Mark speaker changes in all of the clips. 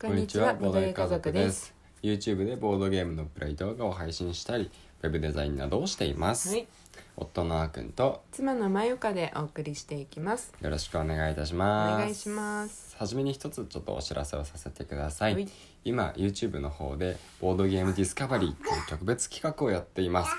Speaker 1: こんにちは、ボドゲ家族です。。
Speaker 2: YouTube でボードゲームのプレイ動画を配信したり、ウェブデザインなどをしています。
Speaker 1: はい、
Speaker 2: 夫のあーくんと
Speaker 1: 妻のまゆかでお送りしていきます。
Speaker 2: よろしくお願いいたします。
Speaker 1: お願いします。
Speaker 2: はじめに一つちょっとお知らせをさせてください。
Speaker 1: はい
Speaker 2: 今 YouTube の方でボードゲームディスカバリーという特別企画をやっています。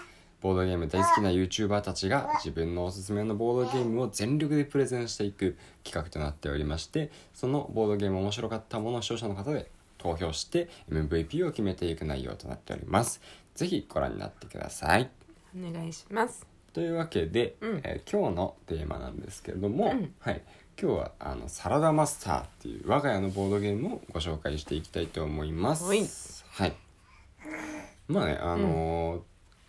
Speaker 2: ボードゲーム大好きな YouTuber たちが自分のおすすめのボードゲームを全力でプレゼンしていく企画となっておりましてそのボードゲーム面白かったものを視聴者の方で投票して MVP を決めていく内容となっております。ぜひご覧になってください。
Speaker 1: お願いします。
Speaker 2: というわけで、
Speaker 1: うん
Speaker 2: えー今日のテーマなんですけれども、
Speaker 1: うん
Speaker 2: はい、今日はあのサラダマスターっていう我が家のボードゲームをご紹介していきたいと思います。
Speaker 1: はい
Speaker 2: はいまあねあのー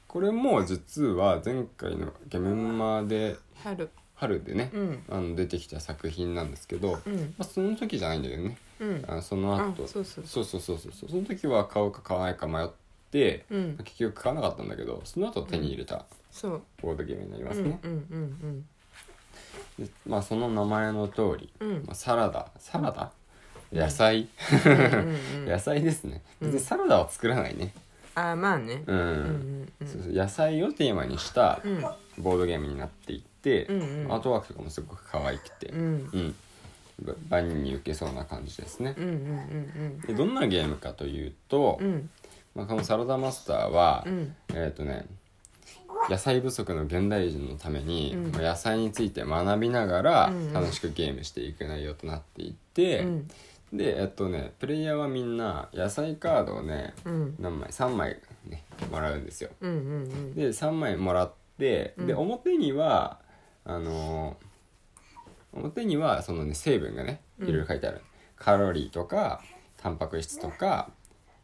Speaker 2: これも実は前回の「ゲメンマ」で
Speaker 1: 春。
Speaker 2: 春でね、
Speaker 1: うん
Speaker 2: あの出てきた作品なんですけど、
Speaker 1: う
Speaker 2: ま
Speaker 1: ん。
Speaker 2: あ、その時じゃないんだよね。
Speaker 1: うん。
Speaker 2: あのその後
Speaker 1: あそうそう
Speaker 2: そうそうそうそうそうその時は買うか買わないか迷って、
Speaker 1: うん
Speaker 2: 結局買わなかったんだけどその後手に入れた。
Speaker 1: そう。
Speaker 2: ボードゲームになりま
Speaker 1: うん
Speaker 2: す
Speaker 1: うん
Speaker 2: ね、
Speaker 1: うん
Speaker 2: でまあその名前の通り、
Speaker 1: うん
Speaker 2: まあ、サラダサラダ野菜、
Speaker 1: うん。うんうんうん
Speaker 2: 野菜ですね別にサラダは作らないね
Speaker 1: あーまあね。
Speaker 2: うん、
Speaker 1: うんうん
Speaker 2: そうそう野菜をテーマにした
Speaker 1: うん
Speaker 2: ボードゲームになっていて、
Speaker 1: うんうん
Speaker 2: アートワークとかもすごく可愛くて
Speaker 1: うんうん
Speaker 2: うん、ば万人に受けそうな感じですね
Speaker 1: うんう、ん
Speaker 2: でどんなゲームかというと、
Speaker 1: うんうん
Speaker 2: まあ、このサラダマスターは、
Speaker 1: うん
Speaker 2: えっ、とね野菜不足の現代人のために、
Speaker 1: うん
Speaker 2: まあ野菜について学びながら
Speaker 1: うんうん
Speaker 2: 楽しくゲームしていく内容となっていて、
Speaker 1: うん
Speaker 2: でえっとねプレイヤーはみんな野菜カードをね
Speaker 1: うん
Speaker 2: 何枚3枚、ね、もらうんですよ。
Speaker 1: うんうん
Speaker 2: で3枚もらって、で
Speaker 1: うん
Speaker 2: 表にはあのー表にはそのね成分がねいろいろ書いてある、カロリーとかタンパク質とか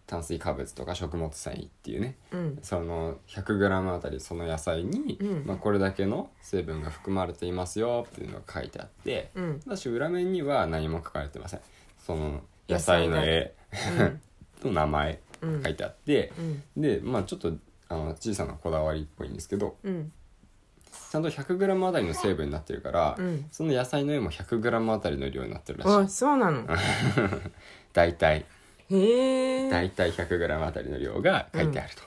Speaker 2: 炭水化物とか食物繊維っていうね
Speaker 1: うん
Speaker 2: その 100g あたりその野菜に、
Speaker 1: うん
Speaker 2: まあ、これだけの成分が含まれていますよっていうのが書いてあって、
Speaker 1: うん
Speaker 2: ただし裏面には何も書かれてませんその野菜の絵 と名前が書いてあって、
Speaker 1: うん
Speaker 2: でまあちょっとあの小さなこだわりっぽいんですけど
Speaker 1: うん
Speaker 2: ちゃんと 100g あたりの成分になってるから、
Speaker 1: うん
Speaker 2: その野菜の絵も 100g あたりの量になってるらし
Speaker 1: あ
Speaker 2: い
Speaker 1: そうなの
Speaker 2: 大体
Speaker 1: へえ
Speaker 2: 大体 100g あたりの量が書いてあると、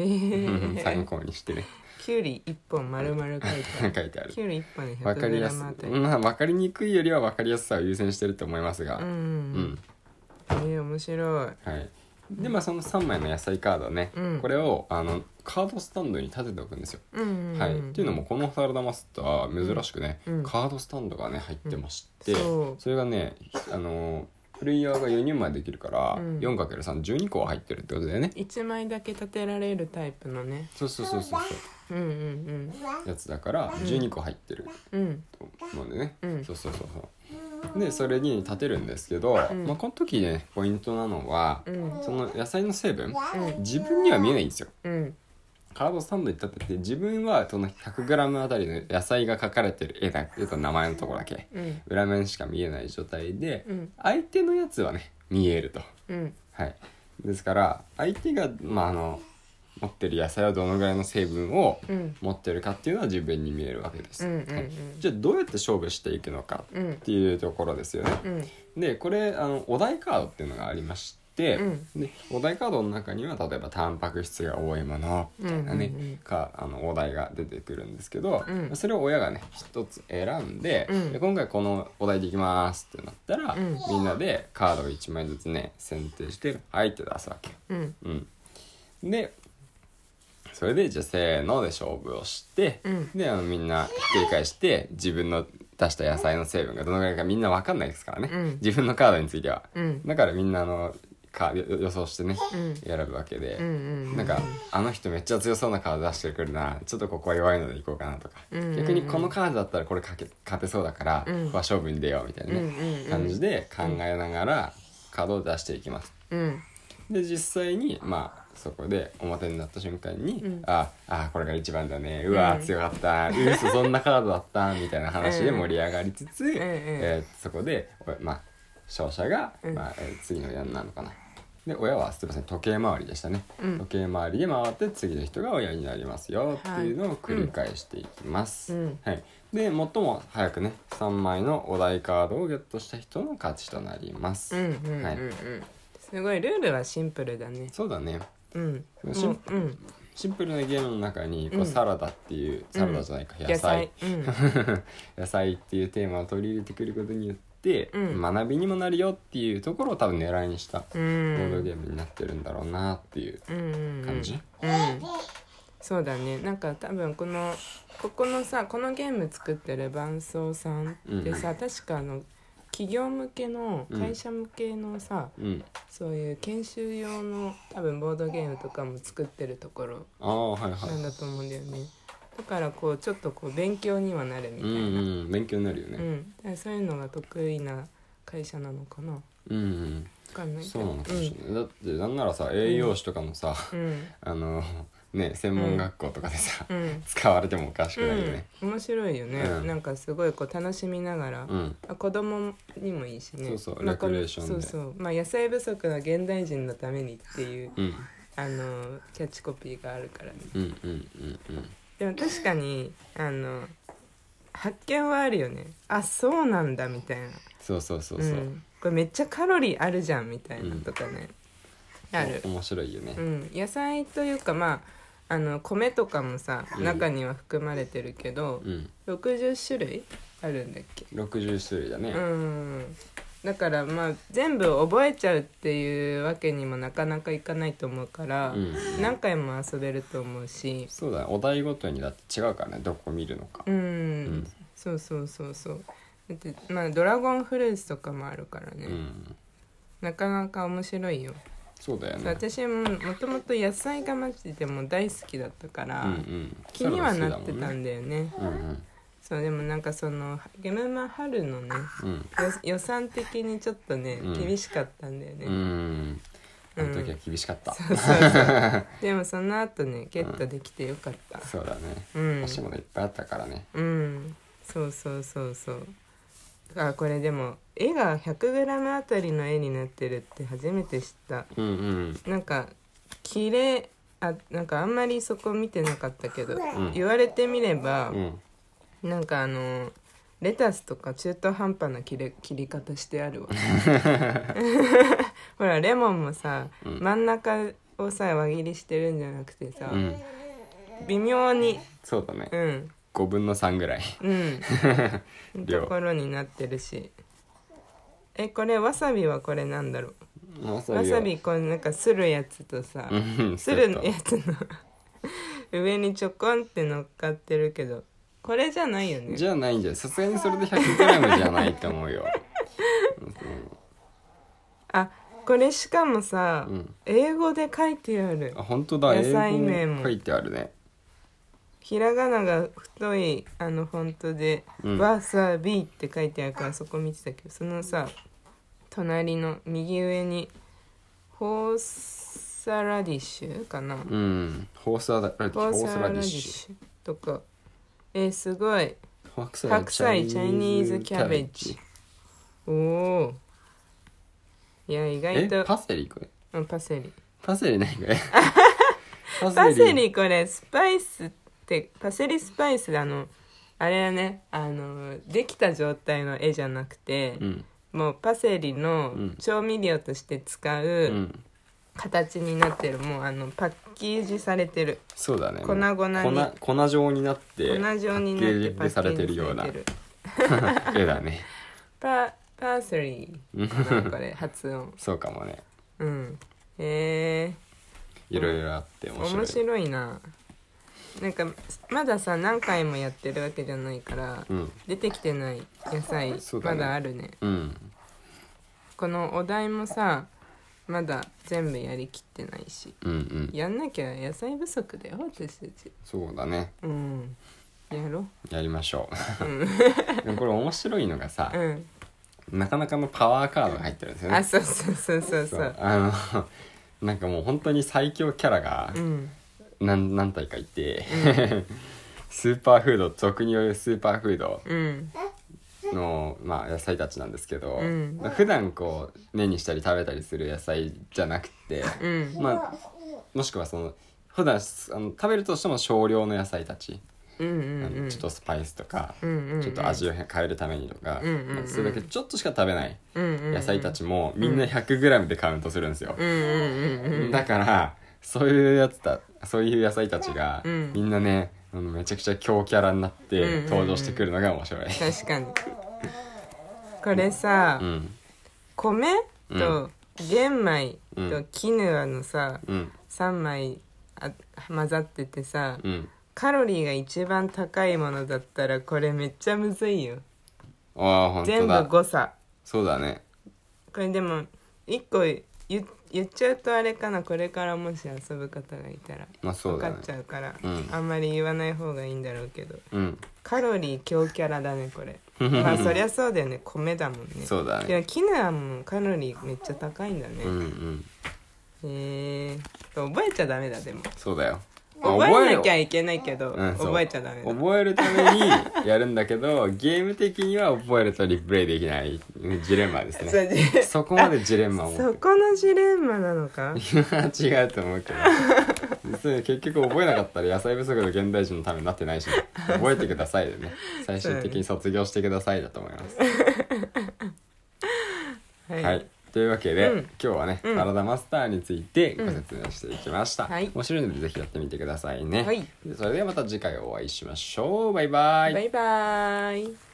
Speaker 1: へえ
Speaker 2: うん 参考にしてね
Speaker 1: きゅうり一本丸々書いてあ
Speaker 2: 書い
Speaker 1: る
Speaker 2: てある
Speaker 1: きゅうり一本で
Speaker 2: わ
Speaker 1: 100
Speaker 2: か
Speaker 1: グ
Speaker 2: りや
Speaker 1: ラ
Speaker 2: す
Speaker 1: ムあたり
Speaker 2: まあわかりにくいよりはわかりやすさを優先してると思いますが、
Speaker 1: うん
Speaker 2: うん
Speaker 1: うんうんえー面白い
Speaker 2: はい、でまあその3枚の野菜カードね、
Speaker 1: うん
Speaker 2: これをあのカードスタンドに立てておくんですよ。
Speaker 1: うんうんうん
Speaker 2: はい、っていうのもこのサラダマスター珍しくね、
Speaker 1: うん
Speaker 2: カードスタンドがね入ってまして、
Speaker 1: うんそう
Speaker 2: れがねあのプレイヤーが4人までできるから、
Speaker 1: うん
Speaker 2: 4×312 個は入ってるってことだよね。
Speaker 1: 一枚だけ立てられるタイプのね
Speaker 2: そうそうそうそう
Speaker 1: うんうん
Speaker 2: そうやつだから12個入ってる
Speaker 1: うんうん
Speaker 2: と思うんでね、
Speaker 1: うん
Speaker 2: そうそうそうそうでそれに立てるんですけど、
Speaker 1: ん
Speaker 2: まあ、この時ねポイントなのは、
Speaker 1: うん
Speaker 2: その野菜の成分、
Speaker 1: ん
Speaker 2: 自分には見えないんですよ
Speaker 1: うん
Speaker 2: カードスタンドに立てて自分はその 100g あたりの野菜が書かれてる絵だけと名前のところだけ
Speaker 1: うん
Speaker 2: 裏面しか見えない状態で、
Speaker 1: うん
Speaker 2: 相手のやつはね見えると
Speaker 1: うん
Speaker 2: はいですから相手が、まあ、あの持ってる野菜はどのぐらいの成分を
Speaker 1: うん
Speaker 2: 持ってるかっていうのは自分に見えるわけです、
Speaker 1: うんうんうん
Speaker 2: はいじゃあどうやって勝負していくのか
Speaker 1: うん
Speaker 2: っていうところですよね、
Speaker 1: うん
Speaker 2: でこれあのお題カードっていうのがありまして、
Speaker 1: うん
Speaker 2: でお題カードの中には例えばタンパク質が多いものみたいなね、
Speaker 1: うんうんうん
Speaker 2: かあのお題が出てくるんですけど、
Speaker 1: うん
Speaker 2: それを親がね一つ選んで,、
Speaker 1: うん
Speaker 2: で今回このお題でいきますってなったら、
Speaker 1: うん
Speaker 2: みんなでカードを1枚ずつね選定して「はい」って出すわけ。
Speaker 1: うん
Speaker 2: うん、でそれでじゃあせーので勝負をして、
Speaker 1: うん
Speaker 2: であのみんなひっくり返して自分の出した野菜の成分がどのぐらいかみんな分かんないですからね、
Speaker 1: うん
Speaker 2: 自分のカードについては、
Speaker 1: うん
Speaker 2: だからみんなあのかよ予想してね、
Speaker 1: うん
Speaker 2: 選ぶわけで、
Speaker 1: うんうん
Speaker 2: なんかあの人めっちゃ強そうなカード出してくるなちょっとここは弱いのでいこうかなとか、
Speaker 1: うんうんうん
Speaker 2: 逆にこのカードだったらこれかけ勝てそうだから、
Speaker 1: うん
Speaker 2: ここは勝負に出ようみたいなね、
Speaker 1: うんうんうん
Speaker 2: 感じで考えながらカードを出していきます。
Speaker 1: うん
Speaker 2: で実際にまあそこで表になった瞬間に「
Speaker 1: うん
Speaker 2: ああこれが一番だねうわ、
Speaker 1: うん
Speaker 2: 強かったうそそんなカードだった」みたいな話で盛り上がりつつ、
Speaker 1: ん
Speaker 2: えーそこでおまあ勝者が、
Speaker 1: うん
Speaker 2: まあえー次のやんなのかなで親はすいません時計回りでしたね、
Speaker 1: うん
Speaker 2: 時計回りで回って次の人が親になりますよっていうのを繰り返していきます、
Speaker 1: うん
Speaker 2: はい、で最も早くね3枚のお題カードをゲットした人の勝ちとなります、
Speaker 1: うんうんうんうん、
Speaker 2: はい
Speaker 1: すごいルールはシンプルだね
Speaker 2: そうだね
Speaker 1: うん
Speaker 2: でもシン
Speaker 1: もううん
Speaker 2: シンプルなゲームの中にこ
Speaker 1: う
Speaker 2: うんサラダっていう、サラダじゃないか野
Speaker 1: 野
Speaker 2: 菜
Speaker 1: 菜うん
Speaker 2: 野菜っていうテーマを取り入れてくることによって、
Speaker 1: うん
Speaker 2: 学びにもなるよっていうところを多分狙いにした
Speaker 1: う
Speaker 2: ボード
Speaker 1: ん
Speaker 2: ゲームになってるんだろうなっていう
Speaker 1: うん
Speaker 2: 感じ、
Speaker 1: うんそうだねなんか多分このここのさこのゲーム作ってる伴奏さんってさ、確かあの企業向けの
Speaker 2: うん
Speaker 1: 会社向けのさ、
Speaker 2: うん
Speaker 1: そういう研修用の多分ボードゲームとかも作ってるところ
Speaker 2: ああはいは
Speaker 1: なんだと思うんだよねだからこうちょっとこう勉強にはなるみ
Speaker 2: い
Speaker 1: た
Speaker 2: う
Speaker 1: いな、うん
Speaker 2: んうん勉強になるよね
Speaker 1: だからそういうのが得意な会社なのかなわ
Speaker 2: うん、うん
Speaker 1: かんないけ
Speaker 2: そ
Speaker 1: ど
Speaker 2: うなのかもしれない、だってなんならさ栄養士とかのさ、
Speaker 1: うんうん
Speaker 2: あのね専門学校とかでさ、
Speaker 1: うん
Speaker 2: 使われてもおかしくないよね
Speaker 1: うん、面白いよね、
Speaker 2: うん
Speaker 1: なんかすごいこう楽しみながら、
Speaker 2: うん、
Speaker 1: あ子供にもいいしね
Speaker 2: そうそう
Speaker 1: まあ
Speaker 2: レクリエーションで
Speaker 1: このそうそうまあ野菜不足の現代人のためにっていう
Speaker 2: うん
Speaker 1: あのキャッチコピーがあるからね
Speaker 2: うんうんうんうん
Speaker 1: でも確かにあの発見はあるよねあそうなんだみたいな
Speaker 2: そうそうそうそう、
Speaker 1: ん、これめっちゃカロリーあるじゃんみたいなとかね、ある
Speaker 2: お面白いよね
Speaker 1: うん、野菜というかまああの米とかもさ
Speaker 2: うん
Speaker 1: 中には含まれてるけど、
Speaker 2: うん、
Speaker 1: 60種類あるんだっけ
Speaker 2: 60種類だね、
Speaker 1: うんだからまあ全部覚えちゃうっていうわけにもなかなかいかないと思うから、
Speaker 2: うん
Speaker 1: 何回も遊べると思うし
Speaker 2: そうだねお題ごとにだって違うからねどこ見るのか
Speaker 1: うん、
Speaker 2: ん
Speaker 1: そうそうそうそうだってまあドラゴンフルーツとかもあるからね、
Speaker 2: うん、
Speaker 1: なかなか面白いよ
Speaker 2: そうだよね
Speaker 1: 私ももともと野菜がマジでもう大好きだったから、
Speaker 2: うんうん
Speaker 1: 気にはなって
Speaker 2: サラダ
Speaker 1: た
Speaker 2: 好き
Speaker 1: んだよね
Speaker 2: だもんね
Speaker 1: そうでもなんかそのゲムマ春のね
Speaker 2: うんうん
Speaker 1: よ予算的にちょっとね、
Speaker 2: うん
Speaker 1: 厳しかったんだよね、
Speaker 2: うんあの時は厳しかった、
Speaker 1: そうそうそうでもその後ねゲットできてよかった
Speaker 2: そうだね
Speaker 1: うん
Speaker 2: 欲しいものいっぱいあったからね
Speaker 1: うんそうそうそうそうだからこれでも絵が 100g あたりの絵になってるって初めて知った
Speaker 2: うんうん
Speaker 1: なんか綺麗あなんかあんまりそこ見てなかったけど、
Speaker 2: ん
Speaker 1: 言われてみれば
Speaker 2: う、ん
Speaker 1: なんかあのレタスとか中途半端な切れ切り方してある わほらレモンもさ、
Speaker 2: うん
Speaker 1: 真ん中をさ輪切りしてるんじゃなくてさ、
Speaker 2: うん
Speaker 1: 微妙に
Speaker 2: そうだね
Speaker 1: うん
Speaker 2: 5分の3ぐらい
Speaker 1: うん
Speaker 2: 量
Speaker 1: ところになってるしえこれわさびはこれなんだろ
Speaker 2: わ
Speaker 1: う
Speaker 2: さびを
Speaker 1: わさびこうなんかするやつとさ
Speaker 2: うん
Speaker 1: するやつの上にちょこんって乗っかってるけどこれじゃないよね
Speaker 2: じゃないんじゃないさすがにそれで 100g じゃないと思うよ
Speaker 1: あこれしかもさ、
Speaker 2: うん
Speaker 1: 英語で書いてある
Speaker 2: あ本当だ
Speaker 1: 野菜名
Speaker 2: 英
Speaker 1: も
Speaker 2: 語に書いてあるね
Speaker 1: ひらがなが太いあのフォントで
Speaker 2: う
Speaker 1: 「
Speaker 2: ん
Speaker 1: わさび」って書いてあるからそこ見てたけどそのさ隣の右上に「ホーサラディッシュ」かな、
Speaker 2: うんホースラディ
Speaker 1: ホー
Speaker 2: ホース
Speaker 1: サ
Speaker 2: ラ
Speaker 1: ラ
Speaker 2: デ
Speaker 1: ディ
Speaker 2: ィッ
Speaker 1: ッ
Speaker 2: シ
Speaker 1: シュとかえーすごい
Speaker 2: ュ白
Speaker 1: 白菜チャイニーズキャベジおおいや意外
Speaker 2: え
Speaker 1: と
Speaker 2: パセリこれ
Speaker 1: うんパセリ
Speaker 2: パセリ何これパ
Speaker 1: パセリこれスパイスってパセリスパイスであのあれだねあのできた状態の絵じゃなくて、
Speaker 2: うん
Speaker 1: もうパセリの
Speaker 2: うん
Speaker 1: 調味料として使
Speaker 2: う
Speaker 1: うん形になってる、もうあのパッケージされてる
Speaker 2: そうだね
Speaker 1: 粉々に
Speaker 2: 粉粉状になって
Speaker 1: 粉状になって
Speaker 2: パッケージでされてるような
Speaker 1: パッケージ
Speaker 2: 絵だね
Speaker 1: されてるパパセリかなこ れ発音
Speaker 2: そうかもね
Speaker 1: うんへえ
Speaker 2: いろいろあって面白い
Speaker 1: 面白いななんかまださ何回もやってるわけじゃないから、
Speaker 2: うん
Speaker 1: 出てきてない野菜、
Speaker 2: そうだ
Speaker 1: ま
Speaker 2: ね
Speaker 1: だあるね
Speaker 2: うん
Speaker 1: このお題もさまだ全部やりきってないし
Speaker 2: うんうん
Speaker 1: やんなきゃ野菜不足だよ私たち
Speaker 2: そうだね
Speaker 1: うんやろ
Speaker 2: やりましょう でもこれ面白いのがさ
Speaker 1: ううん
Speaker 2: なかなかのパワーカードが入ってるんですよ
Speaker 1: あ
Speaker 2: ね
Speaker 1: そうそうそうそうそ
Speaker 2: そううあの なんかもう本当に最強キャラが
Speaker 1: うん
Speaker 2: 何何体かい てスーパーフード俗によるスーパーフード
Speaker 1: うん
Speaker 2: の、まあ、野菜たちなんですけど、
Speaker 1: うん
Speaker 2: 普段こう目にしたり食べたりする野菜じゃなくて、
Speaker 1: うん
Speaker 2: まあ、もしくはその普段あの食べるとしても少量の野菜たち、
Speaker 1: うんうん
Speaker 2: あ
Speaker 1: うん
Speaker 2: のちょっとスパイスとか、
Speaker 1: うんうんうん
Speaker 2: ちょっと味を変えるためにとか,、
Speaker 1: うんうんうん
Speaker 2: それだけちょっとしか食べない
Speaker 1: うんうん
Speaker 2: 野菜たちもみんな 100g でカウントするんですよ、
Speaker 1: うんうんうんうん
Speaker 2: だからそういうやつだそういう野菜たちが、
Speaker 1: うん
Speaker 2: みんなねあのめちゃくちゃ強キャラになっ
Speaker 1: うんうんうん
Speaker 2: て登場してくるのが面 白い、
Speaker 1: 確かにこれさ、
Speaker 2: うん
Speaker 1: 米
Speaker 2: う
Speaker 1: と玄米
Speaker 2: う
Speaker 1: と
Speaker 2: ん
Speaker 1: キヌアのさ、
Speaker 2: うん
Speaker 1: 三3枚あ混ざっててさ、
Speaker 2: うん
Speaker 1: カロリーが一番高いものだったらこれめっちゃむずいよ
Speaker 2: ああ本
Speaker 1: 全
Speaker 2: 当
Speaker 1: 部
Speaker 2: だ
Speaker 1: 誤差
Speaker 2: そうだね
Speaker 1: これでも一個言言っちゃうとあれかなこれからもし遊ぶ方がいたら
Speaker 2: まあそう
Speaker 1: 分
Speaker 2: だ
Speaker 1: か
Speaker 2: ね
Speaker 1: っちゃうから
Speaker 2: うん
Speaker 1: あんまり言わない方がいいんだろうけど
Speaker 2: うん
Speaker 1: カロリー強キャラだねこ れまあそりゃそうだよね米だもんね
Speaker 2: そうだ
Speaker 1: い
Speaker 2: ね
Speaker 1: やキヌアもカロリーめっちゃ高いんだね、
Speaker 2: うんうん
Speaker 1: へえ覚えちゃダメだでも
Speaker 2: そうだよまあ
Speaker 1: 覚えなきゃ
Speaker 2: え
Speaker 1: いけないけど、
Speaker 2: ろうんそう
Speaker 1: 覚えちゃダメだ
Speaker 2: 覚えるためにやるんだけど ゲーム的には覚えるとリプレイできないジレンマです
Speaker 1: そ
Speaker 2: ね
Speaker 1: れで
Speaker 2: そこまでジレンマを持って
Speaker 1: そ
Speaker 2: る
Speaker 1: このジレンマなのか
Speaker 2: 違うと思うけど実は結局覚えなかったら野菜不足の現代人のためになってないしね、覚えてくださいでね最終的に卒業してくださいだと思います、
Speaker 1: は
Speaker 2: はいというわけで、
Speaker 1: うん
Speaker 2: 今日はね、サラダマスターについてご説明していきました、
Speaker 1: はい
Speaker 2: 面白いのでぜひやってみてくださいね、
Speaker 1: はい
Speaker 2: それではまた次回お会いしましょうバイバイ
Speaker 1: バイバーイ